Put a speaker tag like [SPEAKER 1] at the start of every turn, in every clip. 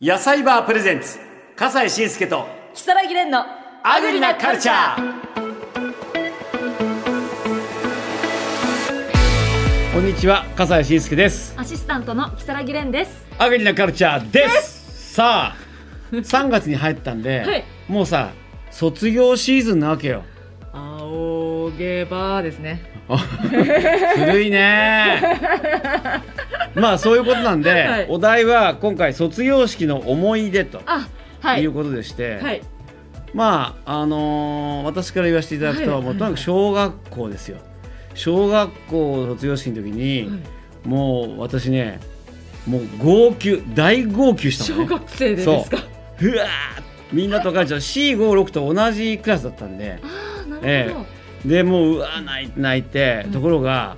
[SPEAKER 1] 野菜バープレゼンツ笠西慎介と
[SPEAKER 2] 木更木蓮の
[SPEAKER 1] アグリなカルチャーこんにちは笠西慎介です
[SPEAKER 2] アシスタントの木更木蓮です
[SPEAKER 1] アグリなカルチャーですさあ3月に入ったんで、
[SPEAKER 2] はい
[SPEAKER 1] もうさ卒業シーズンなわけよ
[SPEAKER 2] 青げばですね
[SPEAKER 1] 古い ねまあそういうことなんで、
[SPEAKER 2] はい
[SPEAKER 1] お題は今回卒業式の思い出と
[SPEAKER 2] あはいいう
[SPEAKER 1] ことでして、
[SPEAKER 2] はい
[SPEAKER 1] まああのー私から言わせていただくと、
[SPEAKER 2] はい
[SPEAKER 1] もうとにかく小学校ですよ小学校卒業式の時に、
[SPEAKER 2] はい
[SPEAKER 1] もう私ねもう号泣大号泣したの
[SPEAKER 2] 小
[SPEAKER 1] ね
[SPEAKER 2] 学生でですか
[SPEAKER 1] うわーみんなとかじゃ C56 と同じクラスだったんで
[SPEAKER 2] あーな
[SPEAKER 1] え
[SPEAKER 2] るほど
[SPEAKER 1] でもううわー泣い泣いてところが、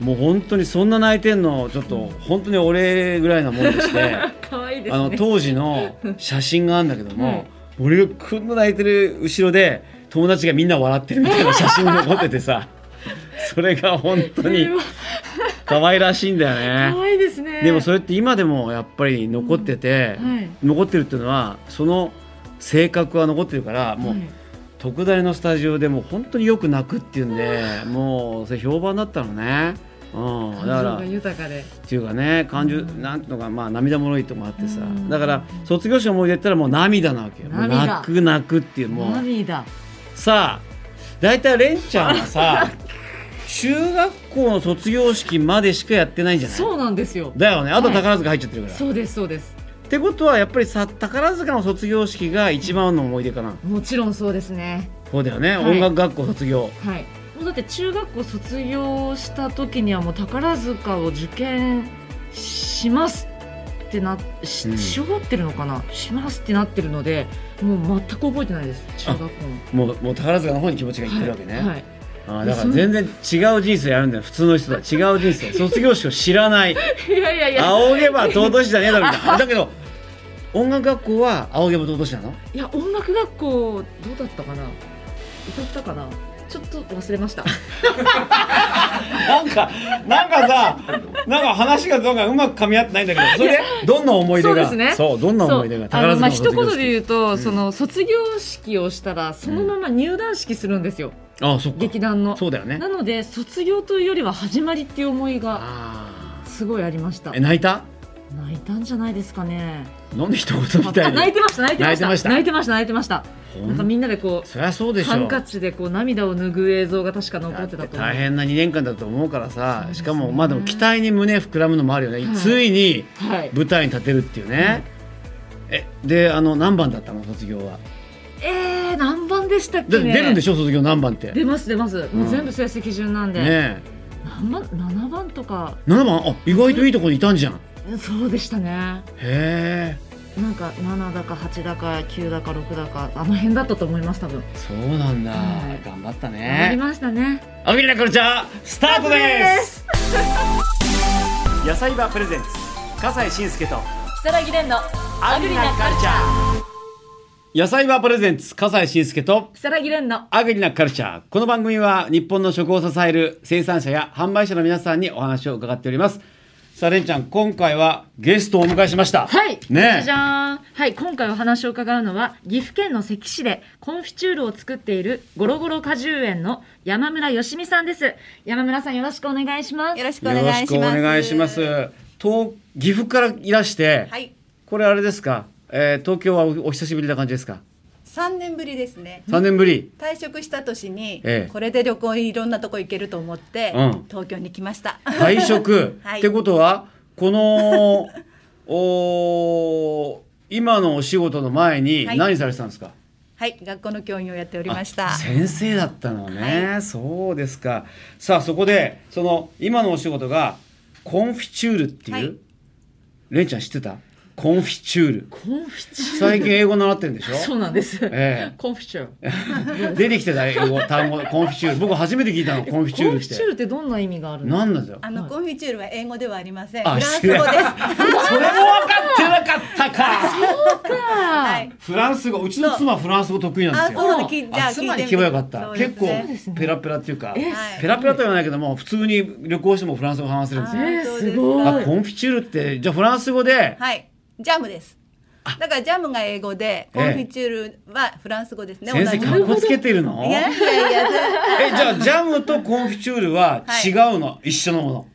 [SPEAKER 1] もう本当にそんな泣いてんのちょっと本当に俺ぐらいなもんでして。
[SPEAKER 2] 可愛いで
[SPEAKER 1] あ
[SPEAKER 2] す
[SPEAKER 1] の
[SPEAKER 2] ね
[SPEAKER 1] 当時の写真があるんだけども、俺がこんな泣いてる後ろで友達がみんな笑ってるみたいな写真が残ってて さそれが本当に
[SPEAKER 2] うわ
[SPEAKER 1] 可愛らしいんだよ
[SPEAKER 2] 可
[SPEAKER 1] ね。
[SPEAKER 2] 愛いですね
[SPEAKER 1] でもそれって今でもやっぱり残ってて、
[SPEAKER 2] うんはい
[SPEAKER 1] 残ってるっていうのはその性格は残ってるからもう、
[SPEAKER 2] はい
[SPEAKER 1] 特大のスタジオでもう本当によく泣くっていうんでもうそれ評判だったのね。うん、だから
[SPEAKER 2] 感情が豊かで
[SPEAKER 1] っていうかね感情、
[SPEAKER 2] うん
[SPEAKER 1] なんていうのかまあ涙もろいとこもあってさ、
[SPEAKER 2] うん
[SPEAKER 1] だから卒業式の思い出って言ったらもう涙なわけよもう
[SPEAKER 2] 涙
[SPEAKER 1] 泣く泣くっていうもう
[SPEAKER 2] 涙
[SPEAKER 1] さあ大体れんちゃんは さ中学校の卒業式までしかやってないんじゃない
[SPEAKER 2] そうなんですよ
[SPEAKER 1] だよねあと
[SPEAKER 2] はい
[SPEAKER 1] 宝塚入っちゃってるから、
[SPEAKER 2] そうですそうです
[SPEAKER 1] ってことはやっぱりさ宝塚の卒業式が一番の思い出かな
[SPEAKER 2] もちろんそうですね
[SPEAKER 1] そうだよね、
[SPEAKER 2] はい
[SPEAKER 1] 音楽学校卒業
[SPEAKER 2] はいもうだって中学校卒業した時にはもう宝塚を受験しますってなし,、
[SPEAKER 1] うん
[SPEAKER 2] 絞ってるのかなしますってなってるのでもう全く覚えてないです中学校
[SPEAKER 1] もうもう宝塚の方に気持ちがいって
[SPEAKER 2] の
[SPEAKER 1] るわけね、
[SPEAKER 2] はいはい
[SPEAKER 1] ああだから全然違う人生やるんだよ普通の人とは違う人 生卒業式を知らない
[SPEAKER 2] いやいやいや
[SPEAKER 1] 仰げば尊しだねだみたい なだけど音楽学校は仰げば尊しなの
[SPEAKER 2] いや音楽学校どうだったかな歌ったかなちょっと忘れました
[SPEAKER 1] なんかなんかさなんか話がどうかうまく噛み合ってないんだけどそれでどんな思い出が
[SPEAKER 2] そうですね
[SPEAKER 1] そうどんな思い出が
[SPEAKER 2] そうあの
[SPEAKER 1] 宝
[SPEAKER 2] ま
[SPEAKER 1] 塚
[SPEAKER 2] あ
[SPEAKER 1] の卒
[SPEAKER 2] 一
[SPEAKER 1] 業式
[SPEAKER 2] 言で言うと、その卒業式をしたらそのまま入団式するんですよ、
[SPEAKER 1] ああそっか
[SPEAKER 2] 劇団の
[SPEAKER 1] そうだよね
[SPEAKER 2] なので卒業というよりは始まりっていう思いが
[SPEAKER 1] あ
[SPEAKER 2] すごいありました
[SPEAKER 1] あえ泣いた
[SPEAKER 2] 泣いたんじゃないですかね
[SPEAKER 1] なんで一言みたいに
[SPEAKER 2] 泣いてました泣いてました
[SPEAKER 1] 泣
[SPEAKER 2] 泣いてました泣いてました
[SPEAKER 1] ほん
[SPEAKER 2] なんかみんなでこ
[SPEAKER 1] そりゃそうで
[SPEAKER 2] う
[SPEAKER 1] しょ
[SPEAKER 2] ハンカチでこう涙を拭う映像が確か残
[SPEAKER 1] だっ
[SPEAKER 2] って
[SPEAKER 1] て
[SPEAKER 2] たと思う
[SPEAKER 1] 大変な2年間だと思うから
[SPEAKER 2] そう
[SPEAKER 1] さ
[SPEAKER 2] ですね
[SPEAKER 1] しかもまあでも期待に胸膨らむのもあるよね、
[SPEAKER 2] はい
[SPEAKER 1] ついに
[SPEAKER 2] はい
[SPEAKER 1] 舞台に立てるっていうね、えであの何番だったの卒業は
[SPEAKER 2] えー何番でしたっ
[SPEAKER 1] だ
[SPEAKER 2] け
[SPEAKER 1] って
[SPEAKER 2] ね
[SPEAKER 1] 出るんでしょ卒業何番ってね
[SPEAKER 2] 出ます出ますもう全部成績順なんで、
[SPEAKER 1] え
[SPEAKER 2] 何番7番とか
[SPEAKER 1] 7番あ意外といいとこにいたんじゃん
[SPEAKER 2] そうでしたね
[SPEAKER 1] へえ
[SPEAKER 2] なんか7だか8だか9だか6だかあの辺だったと思います多分
[SPEAKER 1] そうなんだ、
[SPEAKER 2] はい
[SPEAKER 1] 頑張った
[SPEAKER 2] 頑張り
[SPEAKER 1] ね
[SPEAKER 2] ましたね
[SPEAKER 1] アグリなカルチャースタートです
[SPEAKER 3] 野菜バープレゼンツ笠西慎介と
[SPEAKER 2] 如月蓮の
[SPEAKER 3] ア
[SPEAKER 2] グリなカルチ
[SPEAKER 3] ャー
[SPEAKER 1] 野菜バープレゼンツ笠西慎介と
[SPEAKER 2] 如月蓮の
[SPEAKER 1] アグリなカルチャーこの番組は日本の食を支える生産者や販売者の皆さんにお話を伺っておりますさあれんちゃん今回はゲストをお迎えしました
[SPEAKER 2] はい。
[SPEAKER 1] ねえ
[SPEAKER 2] じゃじゃーん。はい。今回お話を伺うのは、岐阜県の関市でコンフィチュールを作っているゴロゴロ果汁園の山村よしみさんです。山村さんよろしくお願いします。
[SPEAKER 4] よろしくお
[SPEAKER 1] よろ
[SPEAKER 4] 願
[SPEAKER 1] し
[SPEAKER 4] い
[SPEAKER 1] く
[SPEAKER 4] し
[SPEAKER 1] お
[SPEAKER 4] ます。
[SPEAKER 1] 願いします。東岐阜からいらして、
[SPEAKER 4] はい、
[SPEAKER 1] これあれですか、えー、東京はおお久しぶりな感じですか。
[SPEAKER 4] 三年ぶりですね。
[SPEAKER 1] 三年ぶ り。
[SPEAKER 4] 退職した年に、
[SPEAKER 1] ええ
[SPEAKER 4] これで旅行にいろんなとこ行けると思って、
[SPEAKER 1] うん
[SPEAKER 4] 東京に来ました。
[SPEAKER 1] 退職、
[SPEAKER 4] はい
[SPEAKER 1] ってことはこのおー今のお仕事の前に
[SPEAKER 4] はい
[SPEAKER 1] 何されてたんですか。
[SPEAKER 4] はい、学校の教員をやっており
[SPEAKER 1] あ
[SPEAKER 4] ました。
[SPEAKER 1] 先生だったのね、そうですか。さあそこでその今のお仕事がコンフィチュールっていう、
[SPEAKER 4] はい
[SPEAKER 1] レンちゃん知ってた？コンフィチュール。
[SPEAKER 2] コンフィチュ
[SPEAKER 1] 最近英語習ってるんでしょ
[SPEAKER 2] ー ル。そうなんです。
[SPEAKER 1] ええ
[SPEAKER 2] コンフィチュール。
[SPEAKER 1] 出てきてた英語単語コンフィチュール僕初めて聞いたのコンフィチュー
[SPEAKER 2] コ
[SPEAKER 1] ル
[SPEAKER 2] ン
[SPEAKER 1] っ
[SPEAKER 2] フィチュール
[SPEAKER 1] て
[SPEAKER 2] ってどんな意味があるの
[SPEAKER 1] 何なんだよ
[SPEAKER 4] あの、コンフィチュールは英語ではありません。フ
[SPEAKER 1] あ
[SPEAKER 4] ランス語
[SPEAKER 1] そ
[SPEAKER 4] です。
[SPEAKER 1] れも分かってなかったか
[SPEAKER 4] はい。
[SPEAKER 1] フランス語うちの妻フランス語得意な
[SPEAKER 4] あ、
[SPEAKER 1] んです
[SPEAKER 4] そ
[SPEAKER 1] よ
[SPEAKER 4] うなんだきじゃあ
[SPEAKER 1] あ
[SPEAKER 4] 聞い
[SPEAKER 1] 妻に
[SPEAKER 4] て
[SPEAKER 1] 聞
[SPEAKER 4] み
[SPEAKER 1] け
[SPEAKER 4] て
[SPEAKER 1] ばよかった、
[SPEAKER 4] そうです
[SPEAKER 1] 結構
[SPEAKER 4] ね
[SPEAKER 1] ペラペラっていうか
[SPEAKER 2] え
[SPEAKER 4] はい
[SPEAKER 1] ペラペラとは言わないけども普通に旅行してもフランス語話せるんですよ
[SPEAKER 4] はい
[SPEAKER 2] ええ
[SPEAKER 4] そう
[SPEAKER 2] す
[SPEAKER 4] です
[SPEAKER 2] ごい
[SPEAKER 1] あコンフィチュールってじゃあフランス語で
[SPEAKER 4] はい。ジャムです。だからジャムが英語で、コンフィチュールはフランス語ですね。
[SPEAKER 1] 先生
[SPEAKER 4] 同じ
[SPEAKER 1] 格好つけてるの
[SPEAKER 4] いやいやいやぜ、
[SPEAKER 1] えじゃあジャムとコンフィチュールは違うの、一緒のもの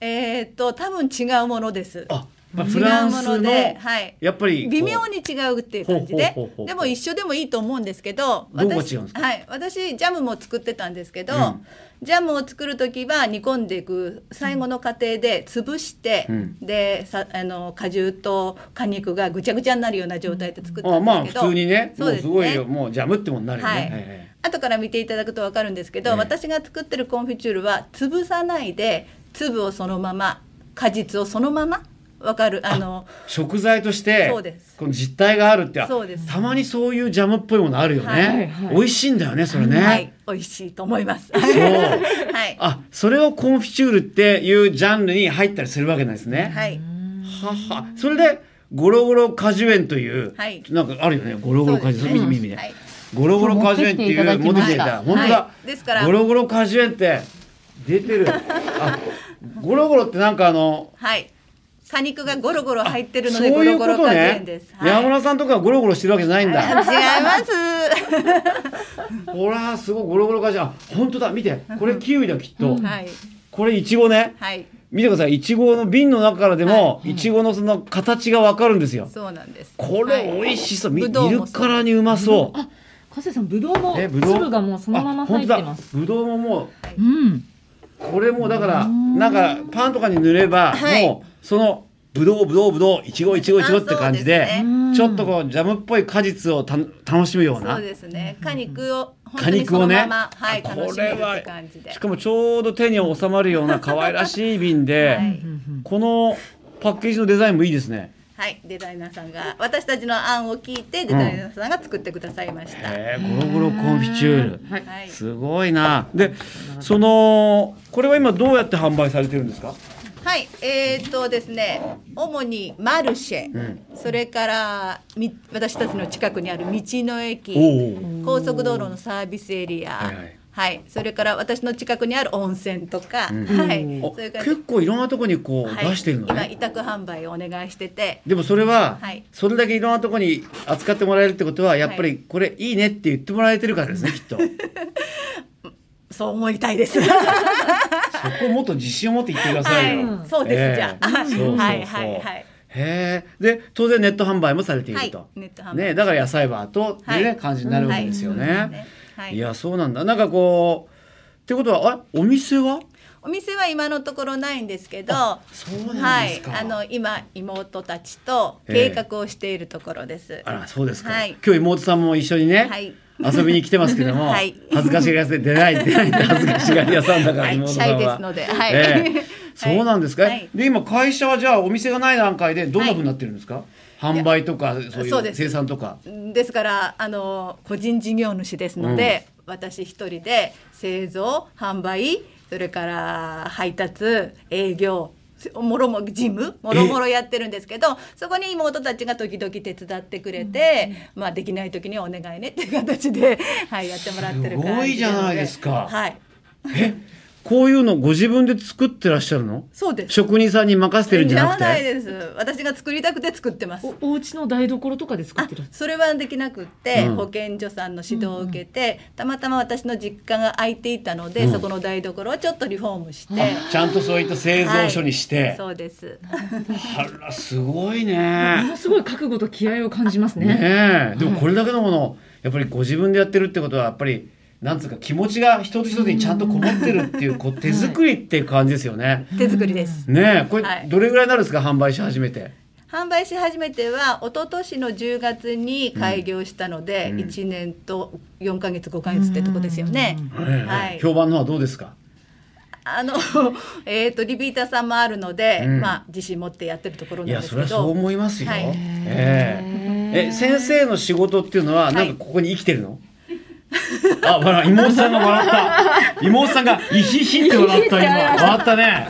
[SPEAKER 4] えーっと、多分違うものです。
[SPEAKER 1] あ、まあ、フランス
[SPEAKER 4] 違うも
[SPEAKER 1] の
[SPEAKER 4] のではい
[SPEAKER 1] やっぱりこう
[SPEAKER 4] 微妙に違うっていう感じで
[SPEAKER 1] ほうほうほうほう
[SPEAKER 4] でも一緒でもいいと思うんですけど
[SPEAKER 1] どこが
[SPEAKER 4] 私
[SPEAKER 1] 違うんですか
[SPEAKER 4] はい、私ジャムも作ってたんですけど、
[SPEAKER 1] うん
[SPEAKER 4] ジャムを作る時は煮込んでいく最後の過程で潰して、
[SPEAKER 1] うん
[SPEAKER 4] でさあの果汁と果肉がぐちゃぐちゃになるような状態で作った
[SPEAKER 1] あ
[SPEAKER 4] んで
[SPEAKER 1] ますあ
[SPEAKER 4] けど
[SPEAKER 1] 普通にね
[SPEAKER 4] そうです
[SPEAKER 1] も
[SPEAKER 4] ね
[SPEAKER 1] うすごいよもうジャムってもんになるよね、
[SPEAKER 4] はい
[SPEAKER 1] はいはい
[SPEAKER 4] 後から見ていただくと分かるんですけど、
[SPEAKER 1] ええ
[SPEAKER 4] 私が作ってるコンフィチュールは潰さないで粒をそのまま果実をそのまま分かるあの
[SPEAKER 1] 食材として
[SPEAKER 4] そうです
[SPEAKER 1] この実体があるってあ
[SPEAKER 4] そうです
[SPEAKER 1] たまにそういうジャムっぽいものあるよね、
[SPEAKER 4] はい
[SPEAKER 2] はい
[SPEAKER 1] 美味しいんだよねそれね、
[SPEAKER 4] はい、美味しいと思います。
[SPEAKER 1] そう
[SPEAKER 4] はい、
[SPEAKER 1] あそれをコンフィチュールっていうジャンルに入ったりするわけなんですね、
[SPEAKER 4] はい、
[SPEAKER 1] ははそれでゴロゴロ果樹園という、
[SPEAKER 4] はい
[SPEAKER 1] なんかあるよねゴロゴロ果樹
[SPEAKER 4] そう
[SPEAKER 1] 園
[SPEAKER 4] ですね
[SPEAKER 1] 耳で、
[SPEAKER 4] はい
[SPEAKER 1] ゴロゴロ果樹園っていう
[SPEAKER 2] 今日持
[SPEAKER 1] 持
[SPEAKER 2] っ
[SPEAKER 1] っててき
[SPEAKER 2] き
[SPEAKER 1] て
[SPEAKER 2] てい
[SPEAKER 1] い
[SPEAKER 2] た
[SPEAKER 1] た
[SPEAKER 2] だきま
[SPEAKER 1] 本
[SPEAKER 2] した
[SPEAKER 1] 当だ、
[SPEAKER 4] はいですから
[SPEAKER 1] ゴロゴロ果樹園って出てるあゴロゴロってなんかあの
[SPEAKER 4] はい、果肉がゴロゴロ入ってるの
[SPEAKER 1] そう
[SPEAKER 4] でゴ
[SPEAKER 1] い
[SPEAKER 4] ロ
[SPEAKER 1] う
[SPEAKER 4] ゴ
[SPEAKER 1] こ
[SPEAKER 4] ロ
[SPEAKER 1] と
[SPEAKER 4] 果園で
[SPEAKER 1] ね
[SPEAKER 4] す。
[SPEAKER 1] 山
[SPEAKER 4] はい、
[SPEAKER 1] 村さんとかはゴロゴロしてるわけじゃないんだ
[SPEAKER 4] 違います。
[SPEAKER 1] ほらすごいゴロゴロ果樹園あ本当だ見てこれキウイだきっと、
[SPEAKER 4] はい、
[SPEAKER 1] これイチゴね
[SPEAKER 4] はい、
[SPEAKER 1] 見てくださいイチゴの瓶の中からでも、イチゴのその形がわかるんですよ
[SPEAKER 4] そうなんです。
[SPEAKER 1] これ
[SPEAKER 4] はい
[SPEAKER 1] 美味しそう、
[SPEAKER 4] ぶ
[SPEAKER 1] み
[SPEAKER 4] どう
[SPEAKER 1] 見
[SPEAKER 4] も
[SPEAKER 1] るからにうまそう
[SPEAKER 2] あ、加瀬さん、ぶどうも
[SPEAKER 1] えぶどう
[SPEAKER 2] 粒がもうそのまま入ってます。
[SPEAKER 1] あ本当だぶどうもも
[SPEAKER 2] うん。
[SPEAKER 1] うこれもうだからなんかパンとかに塗れば、
[SPEAKER 4] はい
[SPEAKER 1] もうそのぶどうぶどうぶどういちごいちごいちごって感じで
[SPEAKER 4] あそうです
[SPEAKER 2] ね
[SPEAKER 1] ちょっとこうジャムっぽい果実をた楽しむような
[SPEAKER 4] そうですね。果肉を本当
[SPEAKER 1] 果
[SPEAKER 4] に
[SPEAKER 1] 肉
[SPEAKER 4] そ
[SPEAKER 1] を
[SPEAKER 4] の
[SPEAKER 1] ね
[SPEAKER 4] まま、はい、
[SPEAKER 1] あ
[SPEAKER 4] 楽しめるって感じで
[SPEAKER 1] し。かもちょうど手に収まるような可愛らしい瓶で、
[SPEAKER 4] はい
[SPEAKER 2] うんうん
[SPEAKER 1] このパッケージのデザインもいいですね。
[SPEAKER 4] はい、デザイナーさんが私たちの案を聞いてデザイナーさんが作ってくださいました。
[SPEAKER 1] へえゴロゴロコンフィチュール、
[SPEAKER 2] はい。
[SPEAKER 4] はい、
[SPEAKER 1] すごいな。でそのこれは今どうやって販売されてるんですか？
[SPEAKER 4] はい、えー、っとですね、主にマルシェ、
[SPEAKER 1] ん
[SPEAKER 4] それからみ私たちの近くにある道の駅、
[SPEAKER 1] おう
[SPEAKER 4] 高速道路のサービスエリア、
[SPEAKER 1] は
[SPEAKER 4] はいい
[SPEAKER 1] はい
[SPEAKER 4] それから私の近くにある温泉とか、
[SPEAKER 1] ん
[SPEAKER 4] はい、
[SPEAKER 1] お
[SPEAKER 4] それから
[SPEAKER 1] 結構いろんなとこにこう
[SPEAKER 4] はい
[SPEAKER 1] 出してるのね。
[SPEAKER 4] 今委託販売をお願いしてて、
[SPEAKER 1] でもそれは
[SPEAKER 4] はい
[SPEAKER 1] それだけいろんなとこに扱ってもらえるってことはやっぱ
[SPEAKER 4] は
[SPEAKER 1] りこれいいねって言ってもらえてるから ですねきっと。
[SPEAKER 4] そう思いた いです。
[SPEAKER 1] そこもっと自信を持って言ってくださいよ。
[SPEAKER 4] はいそうです
[SPEAKER 1] ええ
[SPEAKER 4] じゃあ
[SPEAKER 1] そうそうそう
[SPEAKER 4] はいはいはい
[SPEAKER 1] へえ。で当然ネット販売もされていると。
[SPEAKER 4] はいネット販売
[SPEAKER 1] ねだから野菜バーとっていうね、
[SPEAKER 4] はい
[SPEAKER 1] 感じになるわけですよね。
[SPEAKER 4] はいそうですねはい
[SPEAKER 1] いやそうなんだ。なんかこうってことはあれお店は？
[SPEAKER 4] お店は今のところないんですけど、
[SPEAKER 1] そうなん
[SPEAKER 4] は
[SPEAKER 1] です
[SPEAKER 4] い、
[SPEAKER 1] か。
[SPEAKER 4] あの今妹たちと計画をしているところです。
[SPEAKER 1] あらそうですか、
[SPEAKER 4] はい
[SPEAKER 1] 今日妹さんも一緒にね、
[SPEAKER 4] はい
[SPEAKER 1] 遊びに来てますけども、
[SPEAKER 4] はい
[SPEAKER 1] 恥ずかしがり屋さん出ない出ないって恥ずかしがり屋さんだから、
[SPEAKER 4] はい
[SPEAKER 1] 妹さんは
[SPEAKER 4] シャイですのではい
[SPEAKER 1] ええそうなんですか、
[SPEAKER 4] はい
[SPEAKER 1] で今会社はじゃあお店がない段階でどんなふうになってるんですか、販売とかそう
[SPEAKER 4] そう
[SPEAKER 1] い
[SPEAKER 4] で
[SPEAKER 1] う
[SPEAKER 4] す
[SPEAKER 1] 生産とか
[SPEAKER 4] ですからあの個人事業主ですので、私一人で製造販売それから配達営業もろも事務もろもろやってるんですけどそこに妹たちが時々手伝ってくれて、まあできない時にはお願いねっていう形で、 はい、やってもらってる感じなの
[SPEAKER 1] すごいじゃないですか
[SPEAKER 4] はい
[SPEAKER 1] えこういうのご自分で作ってらっしゃるの
[SPEAKER 4] そうです
[SPEAKER 1] 職人さんに任せてるんじゃなく
[SPEAKER 4] いらない
[SPEAKER 1] て
[SPEAKER 4] です私が作りたくて作ってます
[SPEAKER 2] お、お家の台所とかで作ってる。
[SPEAKER 4] それはできなくって、
[SPEAKER 1] うん
[SPEAKER 4] 保健所さんの指導を受けて、たまたま私の実家が空いていたので、そこの台所をちょっとリフォームして、
[SPEAKER 1] ちゃんとそういった製造所にして、
[SPEAKER 4] そうです
[SPEAKER 1] あらすごい
[SPEAKER 2] も
[SPEAKER 1] ね
[SPEAKER 2] のすごい覚悟と気合を感じますね。
[SPEAKER 1] ねえでもこれだけのもの、やっぱりご自分でやってるってことはやっぱりなんつうか気持ちが一つ一つにちゃんとこもってるっていうこう手作りっていう感じですよね。
[SPEAKER 4] 手作りです、
[SPEAKER 1] ねえこれ
[SPEAKER 4] はい
[SPEAKER 1] どれぐらいになるんですか販売し始めて。
[SPEAKER 4] 販売し始めては一昨年の10月に開業したので、
[SPEAKER 1] うん
[SPEAKER 4] 1年と4ヶ月5ヶ月ってとこですよね、は
[SPEAKER 1] ええ
[SPEAKER 4] い
[SPEAKER 1] 評判の方はどうですか。
[SPEAKER 4] あの えーとリピーターさんもあるので、
[SPEAKER 1] うん
[SPEAKER 4] まあ自信持ってやってるところ
[SPEAKER 1] い
[SPEAKER 4] なん
[SPEAKER 1] や
[SPEAKER 4] です
[SPEAKER 1] そ
[SPEAKER 4] け
[SPEAKER 1] れ
[SPEAKER 4] ど
[SPEAKER 1] はそう思いますよ。
[SPEAKER 4] はい
[SPEAKER 1] えええ先生の仕事っていうのはなんかここに生きてるの。あ笑妹さんが笑った。妹さんがイヒヒって笑った今。笑ったね。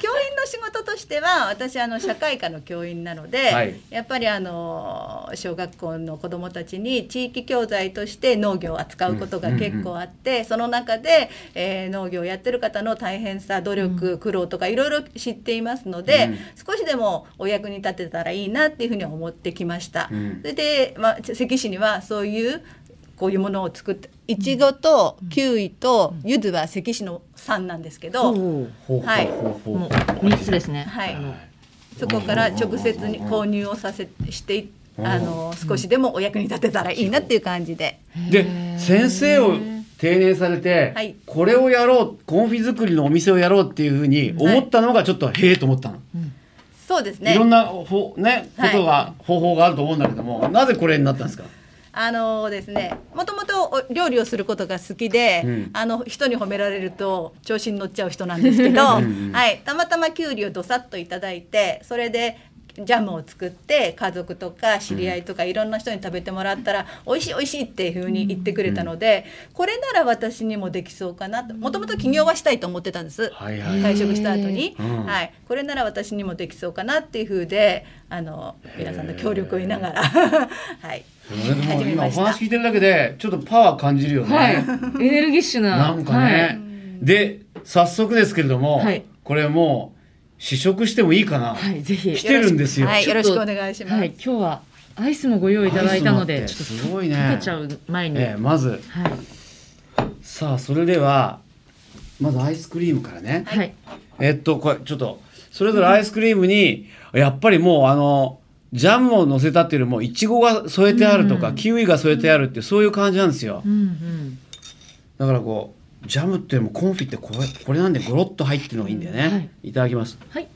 [SPEAKER 4] 教員の仕事としてはは私あの社会科の教員なので、
[SPEAKER 1] はい
[SPEAKER 4] やっぱりあの小学校の子どもたちに地域教材として農業を扱うことが結構あって、その中で、えー農業をやってる方の大変さ努力苦労とかいろいろ知っていますので、
[SPEAKER 1] うん
[SPEAKER 4] 少しでもお役に立てたらいいなっていうふうには思ってきました。
[SPEAKER 1] うん
[SPEAKER 4] それで、まあ、関市にはそういうこういうものを作っていちごとキウイと柚子は関市の産なんですけど、
[SPEAKER 1] ほうほう
[SPEAKER 4] はい
[SPEAKER 1] ほうほ
[SPEAKER 2] も
[SPEAKER 1] う
[SPEAKER 2] う三つですね。
[SPEAKER 4] はい
[SPEAKER 2] あの
[SPEAKER 4] そこから直接に購入をさせしていあの少しでもお役に立てたらいいなっていう感じで、
[SPEAKER 1] で先生を定年されて、
[SPEAKER 4] はい
[SPEAKER 1] これをやろうコンフィ作りのお店をやろうっていうふうに思ったのがちょっとへえと思ったの、
[SPEAKER 4] そうです
[SPEAKER 1] い、ろん
[SPEAKER 4] ね。
[SPEAKER 1] なほねこ
[SPEAKER 4] はい
[SPEAKER 1] とが、方法があると思うんだけどもなぜこれになったんですか
[SPEAKER 4] あのですね、もともとお料理をすることが好きで、
[SPEAKER 1] うん
[SPEAKER 4] あの人に褒められると調子に乗っちゃう人なんですけど、
[SPEAKER 1] ん
[SPEAKER 4] はい、たまたまきゅうりをどさっといただいて、それで。ジャムを作って家族とか知り合いとかいろんな人に食べてもらったら美味しい美味しいっていう風に言ってくれたのでこれなら私にもできそうかなともともと起業はしたいと思ってたんです、
[SPEAKER 1] はいはい
[SPEAKER 4] 退職した後に、
[SPEAKER 1] うん
[SPEAKER 4] はい、これなら私にもできそうかなっていう風であの皆さんの協力を得ながら、はい、
[SPEAKER 1] でも
[SPEAKER 4] 始め
[SPEAKER 1] 今お
[SPEAKER 4] ました
[SPEAKER 1] 話。聞いてるだけでちょっとパワー感じるよね、
[SPEAKER 2] はい。エネルギッシュな。
[SPEAKER 1] なんかね、
[SPEAKER 2] はい
[SPEAKER 1] で早速ですけれども、
[SPEAKER 2] はい
[SPEAKER 1] これもう試食してもいいかな、
[SPEAKER 2] はい、ぜひ。
[SPEAKER 1] 来てるんですよ、
[SPEAKER 4] はい、
[SPEAKER 2] ち
[SPEAKER 4] よ
[SPEAKER 2] ょっ
[SPEAKER 4] ろ
[SPEAKER 2] と
[SPEAKER 4] しくお願いします。
[SPEAKER 2] はい、今日はアイスもご用意いただいたの
[SPEAKER 1] ア
[SPEAKER 2] で、
[SPEAKER 1] イス
[SPEAKER 2] ち
[SPEAKER 1] もあってす
[SPEAKER 2] ょっ
[SPEAKER 1] ご
[SPEAKER 2] と
[SPEAKER 1] いね
[SPEAKER 2] 溶けちゃう前に。
[SPEAKER 1] ええまず
[SPEAKER 2] はい。
[SPEAKER 1] さあそれではまずアイスクリームからね、
[SPEAKER 2] はい。
[SPEAKER 1] えっとこれちょっとそれぞれアイスクリームにやっぱりもうあのジャムを乗せたっていうよりもいちごが添えてあるとか、
[SPEAKER 2] うん
[SPEAKER 1] キウイが添えてあるってそういう感じなんですよ
[SPEAKER 2] うんうん。
[SPEAKER 1] だからこうジャムっていうよりもコンフィってこれこれなんでゴロッと入ってるのがいいんだよね、
[SPEAKER 2] はい
[SPEAKER 1] いただきます
[SPEAKER 2] はい。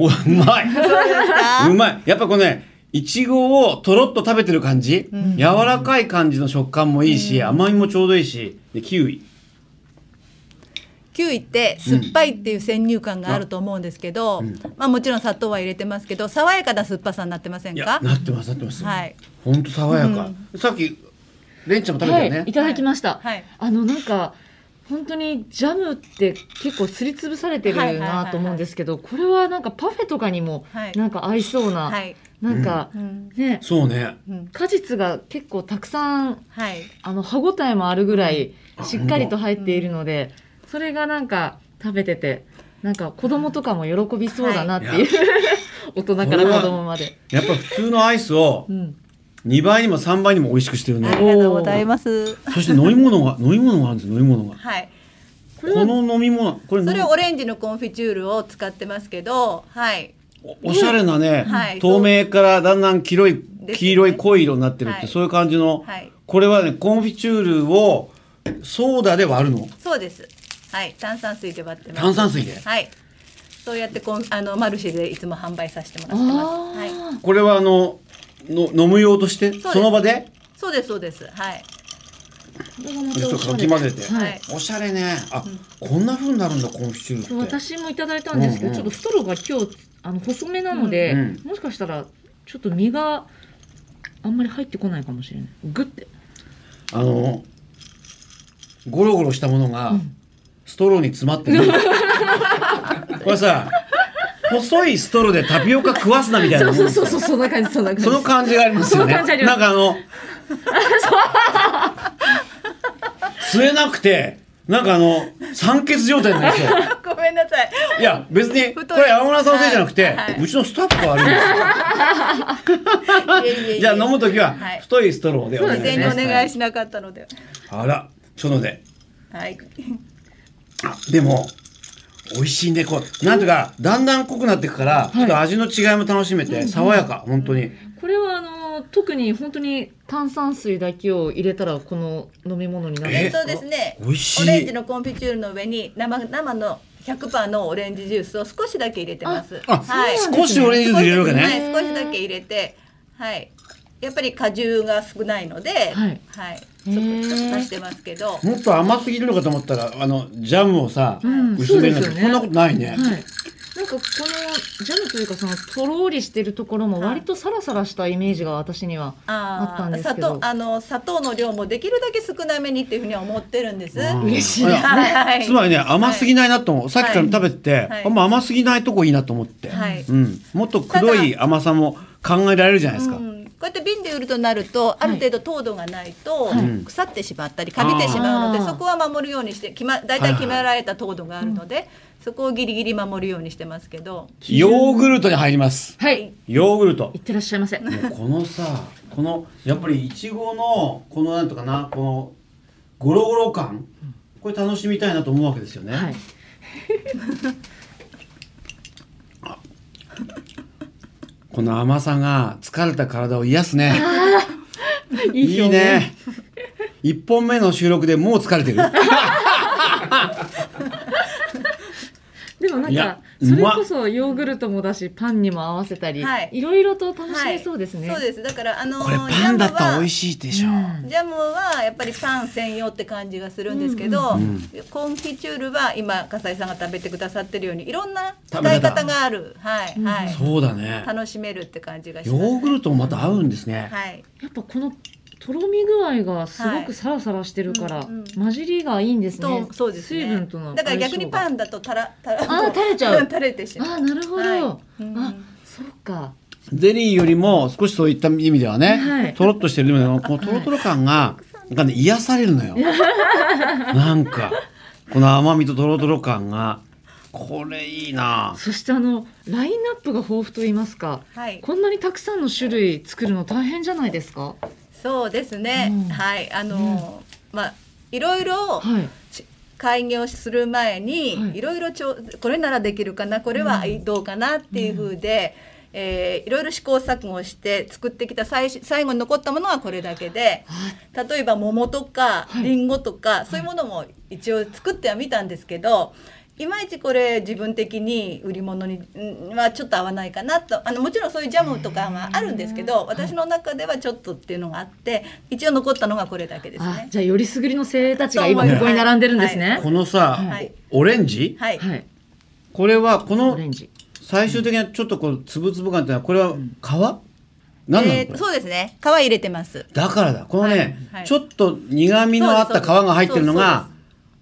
[SPEAKER 1] おうまい
[SPEAKER 4] どうですか
[SPEAKER 1] うまいやっぱこのねいちごをとろっと食べてる感じ、柔らかい感じの食感もいいし、甘みもちょうどいいしでキウイ
[SPEAKER 4] キウイって酸っぱいっていう先入観があると思うんですけど、
[SPEAKER 1] うん
[SPEAKER 4] まあもちろん砂糖は入れてますけど、爽やかな酸っぱさになってません
[SPEAKER 1] いや
[SPEAKER 4] か？
[SPEAKER 1] なってますなってます、
[SPEAKER 4] はい
[SPEAKER 1] ほんと爽やか、さっきレンちゃんも食べたよね、
[SPEAKER 2] はい、いただきました。
[SPEAKER 4] はい
[SPEAKER 2] あのなんか本当にジャムって結構すりつぶされて
[SPEAKER 4] はい
[SPEAKER 2] る
[SPEAKER 4] はいはいは
[SPEAKER 2] ないと思うんですけど、これはなんかパフェとかにも
[SPEAKER 4] はい
[SPEAKER 2] なんか合いそうな、
[SPEAKER 4] はい、
[SPEAKER 2] なんか、
[SPEAKER 4] うん、
[SPEAKER 2] ね
[SPEAKER 1] そうね
[SPEAKER 4] うん、
[SPEAKER 2] 果実が結構たくさん
[SPEAKER 4] はい、
[SPEAKER 2] あの歯ごたえもあるぐらいしっかりと入っているので、それがなんか食べてて。なんか子供とかも喜びそうだなっていう、大人から子供まで、
[SPEAKER 1] やっぱ普通のアイスを
[SPEAKER 2] うん、
[SPEAKER 1] 2倍にも3倍にも美味しくしてる
[SPEAKER 4] あ
[SPEAKER 1] ね
[SPEAKER 4] りがとうございます。
[SPEAKER 1] そして飲み物が飲み物があるんですよ飲み物が
[SPEAKER 4] はい、
[SPEAKER 2] これは
[SPEAKER 1] この飲み物これ飲
[SPEAKER 4] そ
[SPEAKER 1] み
[SPEAKER 4] れをオレンジのコンフィチュールを使ってますけど、はい、
[SPEAKER 1] おおしゃれなね、
[SPEAKER 4] はい
[SPEAKER 1] 透明からだんだん黄色い、
[SPEAKER 4] ね
[SPEAKER 1] 黄色い濃い色になってるって、
[SPEAKER 4] はい
[SPEAKER 1] そういう感じの、
[SPEAKER 4] はい
[SPEAKER 1] これはねコンフィチュールをソーダで割るの
[SPEAKER 4] そうです。はい、炭酸水で割ってます。
[SPEAKER 1] 炭酸水で
[SPEAKER 4] はい、そうやってこんあのマルシェでいつも販売させてもらって
[SPEAKER 2] あ
[SPEAKER 4] ます。
[SPEAKER 2] あ
[SPEAKER 4] はい、
[SPEAKER 2] ー、
[SPEAKER 1] これはあのの飲む用として
[SPEAKER 4] す
[SPEAKER 1] その場で
[SPEAKER 4] そうですそうです。はい、
[SPEAKER 2] これがま
[SPEAKER 1] ち
[SPEAKER 2] た
[SPEAKER 1] ょっ
[SPEAKER 2] お
[SPEAKER 1] と
[SPEAKER 2] しゃ
[SPEAKER 1] か
[SPEAKER 2] れ
[SPEAKER 1] き混ぜて、
[SPEAKER 2] はい
[SPEAKER 4] はい
[SPEAKER 1] おしゃれねあ、こんな風になるんだコンフィチュールって
[SPEAKER 2] 私もいただいたんですけど、
[SPEAKER 1] うんうん
[SPEAKER 2] ちょっとストローが今日あの細めなので、
[SPEAKER 1] うん
[SPEAKER 2] もしかしたらちょっと身があんまり入ってこないかもしれないグッて
[SPEAKER 1] あのゴロゴロしたものが、
[SPEAKER 2] うん
[SPEAKER 1] ストローに詰まって るこれさ細いストローでタピオカ食わすなみたいな
[SPEAKER 2] そ
[SPEAKER 1] も
[SPEAKER 2] うんそうそうそうそんな感じそんな感じ
[SPEAKER 1] その感じがありますよね。
[SPEAKER 2] その感じあります
[SPEAKER 1] なんかあ の。吸えなくて、なんかあの、酸欠状態なんですよ。
[SPEAKER 4] ごめんなさい。
[SPEAKER 1] いや、別に、こ
[SPEAKER 4] 太い
[SPEAKER 1] れ山村さんのせいじゃなくて、
[SPEAKER 4] はいう
[SPEAKER 1] ちのスタッフが悪いんで
[SPEAKER 4] いえいえい
[SPEAKER 1] す
[SPEAKER 4] え
[SPEAKER 1] よ。じゃあ飲むときは
[SPEAKER 4] はい、
[SPEAKER 1] 太いストローでお願い
[SPEAKER 4] 事
[SPEAKER 1] し
[SPEAKER 4] 前に
[SPEAKER 1] ま
[SPEAKER 4] お
[SPEAKER 1] す。
[SPEAKER 4] 願いしなかったので。
[SPEAKER 1] あら、ちょっとね、
[SPEAKER 4] はい。
[SPEAKER 1] あ、でも、美味しいね、こう、なんていうか、だんだん濃くなっていくから、ちょっと味の違いも楽しめて、爽やか、本当に。
[SPEAKER 2] これはあの特に本当に炭酸水だけを入れたらこの飲み物になるん
[SPEAKER 1] え
[SPEAKER 2] ですか
[SPEAKER 4] そうですね。
[SPEAKER 1] 美味しい
[SPEAKER 4] オレンジのコンフィチュールの上に生生の100%のオレンジジュースを少しだけ入れてます。
[SPEAKER 1] あ、少しオレンジジュース入れるわけ
[SPEAKER 4] は
[SPEAKER 1] ね。
[SPEAKER 4] い、少しだけ入れて、はい。やっぱり果汁が少ないので、はいい。
[SPEAKER 2] へ
[SPEAKER 4] ちょ
[SPEAKER 2] ー
[SPEAKER 4] っとちょっと足してますけど、
[SPEAKER 1] もっと甘すぎるのかと思ったら、あの、ジャムをさ、
[SPEAKER 2] うん
[SPEAKER 1] 薄める
[SPEAKER 2] そう
[SPEAKER 1] の
[SPEAKER 2] です
[SPEAKER 1] そ
[SPEAKER 2] よね
[SPEAKER 1] んなことないね。
[SPEAKER 2] はいなんかこのジャムというかそのとろーりしてるところも割とサラサラしたイメージが私にはあったんです
[SPEAKER 4] 砂
[SPEAKER 2] けど
[SPEAKER 4] 糖あの砂糖の量もできるだけ少なめにっていうふうには思ってるんです。
[SPEAKER 1] うん
[SPEAKER 2] 嬉しいですね
[SPEAKER 1] あら
[SPEAKER 4] はい
[SPEAKER 1] つまりね甘すぎないなと思う、さっきから食べてて、
[SPEAKER 4] はい
[SPEAKER 1] あんま甘すぎないとこいいなと思って、
[SPEAKER 4] はい
[SPEAKER 1] うん、もっとくどい甘さも考えられるじゃないですか、
[SPEAKER 4] うんこうやって瓶で売るとなるとある程度糖度がないと
[SPEAKER 1] い
[SPEAKER 4] 腐ってしまったりカビてしま
[SPEAKER 2] あ
[SPEAKER 4] うので
[SPEAKER 2] ー
[SPEAKER 4] そこは守るようにして決ま大体決められた糖度があるのでそこをギリギリ守るようにしてますけど
[SPEAKER 1] ヨーグルトに入ります
[SPEAKER 2] はい
[SPEAKER 1] ヨーグルト
[SPEAKER 2] いってらっしゃいま せ
[SPEAKER 1] もうこのさこのやっぱりいちごのこのなんとかなこのゴロゴロ感これ楽しみたいなと思うわけですよね、
[SPEAKER 2] はい
[SPEAKER 1] この甘さが疲れた体を癒すねいい
[SPEAKER 2] 表現
[SPEAKER 1] ね一本目の収録でもう疲れてる
[SPEAKER 2] でもなん
[SPEAKER 1] い
[SPEAKER 2] か
[SPEAKER 1] や
[SPEAKER 2] それこそヨーグルトもだしパンにも合わせたり、
[SPEAKER 4] はい
[SPEAKER 2] い、ろいろと楽し
[SPEAKER 4] は
[SPEAKER 2] め
[SPEAKER 4] い
[SPEAKER 2] そうですね、
[SPEAKER 4] そうですだからあの
[SPEAKER 1] これパンだと美味
[SPEAKER 4] しい
[SPEAKER 1] しいでしょ、
[SPEAKER 4] ジャムはやっぱりパン専用って感じがするんですけど、コンフィチュールは今笠井さんが食べてくださってるようにいろんな使い方がある、はいはい、
[SPEAKER 1] そうだね
[SPEAKER 4] 楽しめるって感じがし
[SPEAKER 1] ヨ
[SPEAKER 4] ます
[SPEAKER 1] ー。グルトもまた合うんですね、
[SPEAKER 4] はい
[SPEAKER 2] やっぱこのとろみ具合がすごくサラサラしてるから、
[SPEAKER 4] はいうんうん
[SPEAKER 2] 混じりがいいんですね
[SPEAKER 4] とそうですね。
[SPEAKER 2] 水分との
[SPEAKER 4] だから逆にパ
[SPEAKER 2] ン
[SPEAKER 4] ンだとたらた ら
[SPEAKER 2] あー垂れちゃう
[SPEAKER 4] 垂れてし
[SPEAKER 2] あ
[SPEAKER 4] まう。
[SPEAKER 2] ーなるほど、
[SPEAKER 4] はいうん
[SPEAKER 2] あそうか
[SPEAKER 1] ゼリーよりも少しそういった意味ではね、
[SPEAKER 2] はい
[SPEAKER 1] とろっとしてるでもこのとろとろ感がなんかね癒されるの よなんかこの甘みととろとろ感がこれいいな
[SPEAKER 2] そしてあのラインナップが豊富と言いますか
[SPEAKER 4] はい。
[SPEAKER 2] こんなにたくさんの種類作るの大変じゃないですか
[SPEAKER 4] そうですね。
[SPEAKER 2] うん
[SPEAKER 4] はい。あのーまあいろいろ
[SPEAKER 2] はい
[SPEAKER 4] 開業する前
[SPEAKER 2] は
[SPEAKER 4] に
[SPEAKER 2] い
[SPEAKER 4] いろいろちょこれならできるかなこれはどうかなっていう風で。えーいろいろ試行錯誤して作ってきた最し最後に残ったものはこれだけで例えば桃とか
[SPEAKER 2] はい
[SPEAKER 4] リンゴとか、そういうものも一応作ってはみたんですけどいまいちこれ自分的に売り物にんはちょっと合わないかなとあのもちろんそういうジャムとかはあるんですけど私の中ではちょっとっていうのがあって一応残ったのがこれだけです
[SPEAKER 2] あ
[SPEAKER 4] ね。
[SPEAKER 2] じゃあよりすぐりの精鋭たちが今ここに並んでるんですね
[SPEAKER 1] このさ、
[SPEAKER 4] はい
[SPEAKER 1] オレンジ、
[SPEAKER 4] はい、
[SPEAKER 2] はい
[SPEAKER 1] これはこ
[SPEAKER 2] オ
[SPEAKER 1] の
[SPEAKER 2] レンジ
[SPEAKER 1] 最終的なちょっとこうつぶつぶ感っていうのはこれは皮、なん、何なの
[SPEAKER 4] えー
[SPEAKER 1] これ
[SPEAKER 4] そうですね皮入れてます。
[SPEAKER 1] だからだこのね、
[SPEAKER 4] はいはい
[SPEAKER 1] ちょっと苦みのあった皮が入ってるのが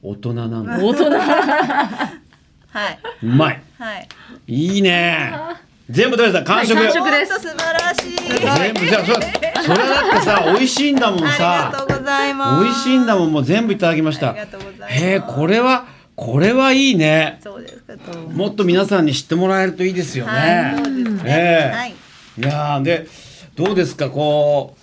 [SPEAKER 1] 大人なのう
[SPEAKER 2] 大人
[SPEAKER 4] はい、
[SPEAKER 1] まい
[SPEAKER 4] はい、
[SPEAKER 1] いいね全部食べてた完食、
[SPEAKER 2] はい完食です
[SPEAKER 4] ほんと素晴らしい。
[SPEAKER 1] 全部じゃあそそれだって さ美味しいんだもん
[SPEAKER 4] ありが
[SPEAKER 1] さ
[SPEAKER 4] とうございます。
[SPEAKER 1] 美味しいんだもんもう全部いただきました
[SPEAKER 4] ありがとうございます
[SPEAKER 1] へえこれはこれはいいね
[SPEAKER 4] そうですかと。
[SPEAKER 1] もっと皆さんに知ってもらえるといいですよね、
[SPEAKER 4] はい、そうです
[SPEAKER 1] え
[SPEAKER 4] ね。
[SPEAKER 1] え
[SPEAKER 4] はい。
[SPEAKER 1] いやーでどうですかこ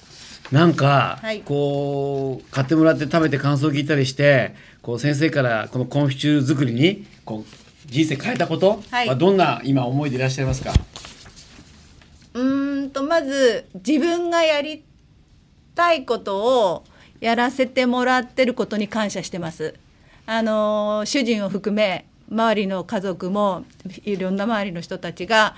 [SPEAKER 1] うなんか、
[SPEAKER 4] はい
[SPEAKER 1] こう買ってもらって食べて感想を聞いたりしてこう先生からこのコンフィチュール作りにこう人生変えたこと
[SPEAKER 4] はい
[SPEAKER 1] はどんな今思いでいらっしゃいますか、
[SPEAKER 4] うーんとまず自分がやりたいことをやらせてもらってることに感謝してます。あのー主人を含め周りの家族もいろんな周りの人たちが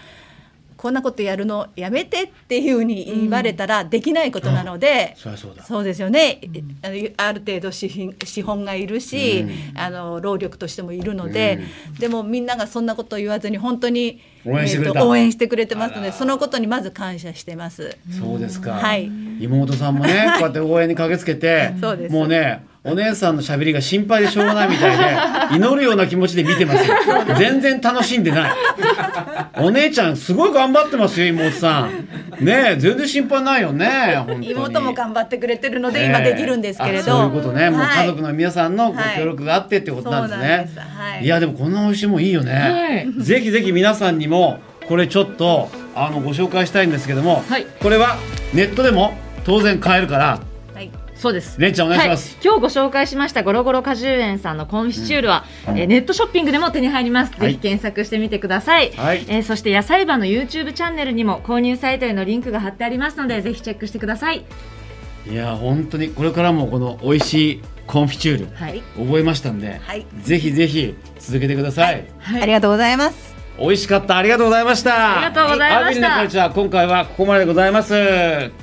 [SPEAKER 4] こんなことやるのやめてっていうふうに言われたらできないことなので、
[SPEAKER 1] そりゃそうだ
[SPEAKER 4] そうですよね、あのある程度資品資本がいるし、あの労力としてもいるので、でもみんながそんなことを言わずに本当に
[SPEAKER 1] 応援してくれた
[SPEAKER 4] えーと応援してくれてますの
[SPEAKER 1] あ
[SPEAKER 4] で
[SPEAKER 1] ら
[SPEAKER 4] そのことにまず感謝してます。
[SPEAKER 1] そうですか、
[SPEAKER 4] はい
[SPEAKER 1] 妹さんも ねこうやって応援に駆けつけて
[SPEAKER 4] そうです
[SPEAKER 1] もうねお姉さんのしゃべりが心配でしょうがないみたい で祈るような気持ちで見てますよ全然楽しんでないお姉ちゃんすごい頑張ってますよ妹さんねえ全然心配ないよね本当に
[SPEAKER 4] 妹も頑張ってくれてるの
[SPEAKER 1] え
[SPEAKER 4] で
[SPEAKER 1] え
[SPEAKER 4] 今できるんですけれど、
[SPEAKER 1] あそういうことねもう
[SPEAKER 4] は
[SPEAKER 1] 家
[SPEAKER 4] い
[SPEAKER 1] 族の皆さんのご協力があってってことなんですね、
[SPEAKER 4] はいそうなんですはい
[SPEAKER 1] いやでもこんな美味しいもんいいよね、
[SPEAKER 2] はい
[SPEAKER 1] ぜひぜひ皆さんにもこれちょっとあのご紹介したいんですけども、
[SPEAKER 2] はい
[SPEAKER 1] これはネットでも当然買えるから
[SPEAKER 4] はい
[SPEAKER 2] そうです
[SPEAKER 1] れんちゃんお願いします
[SPEAKER 2] は今日ご紹介しましたゴロゴロ果汁園さんのコンフィチュールは、えーネットショッピングでも手に入ります、
[SPEAKER 1] はい
[SPEAKER 2] ぜひ検索してみてください、
[SPEAKER 1] はい
[SPEAKER 2] えーそして野菜場の YouTube チャンネルにも購入サイトへのリンクが貼ってありますのでぜひチェックしてください
[SPEAKER 1] いや本当にこれからもこの美味しいコンフィチュール、
[SPEAKER 2] はい、
[SPEAKER 1] 覚えましたんで、
[SPEAKER 4] はい
[SPEAKER 1] ぜひぜひ続けてください、
[SPEAKER 2] はい、
[SPEAKER 4] ありがとうございます。
[SPEAKER 1] 美味しかったありがとうございました
[SPEAKER 2] ありがとうございました
[SPEAKER 1] アビリのカルチャー今回はここまででございます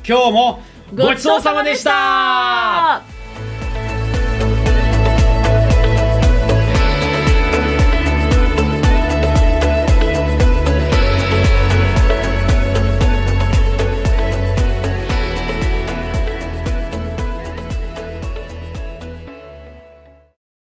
[SPEAKER 1] 今日もごちそうさまでした
[SPEAKER 2] あ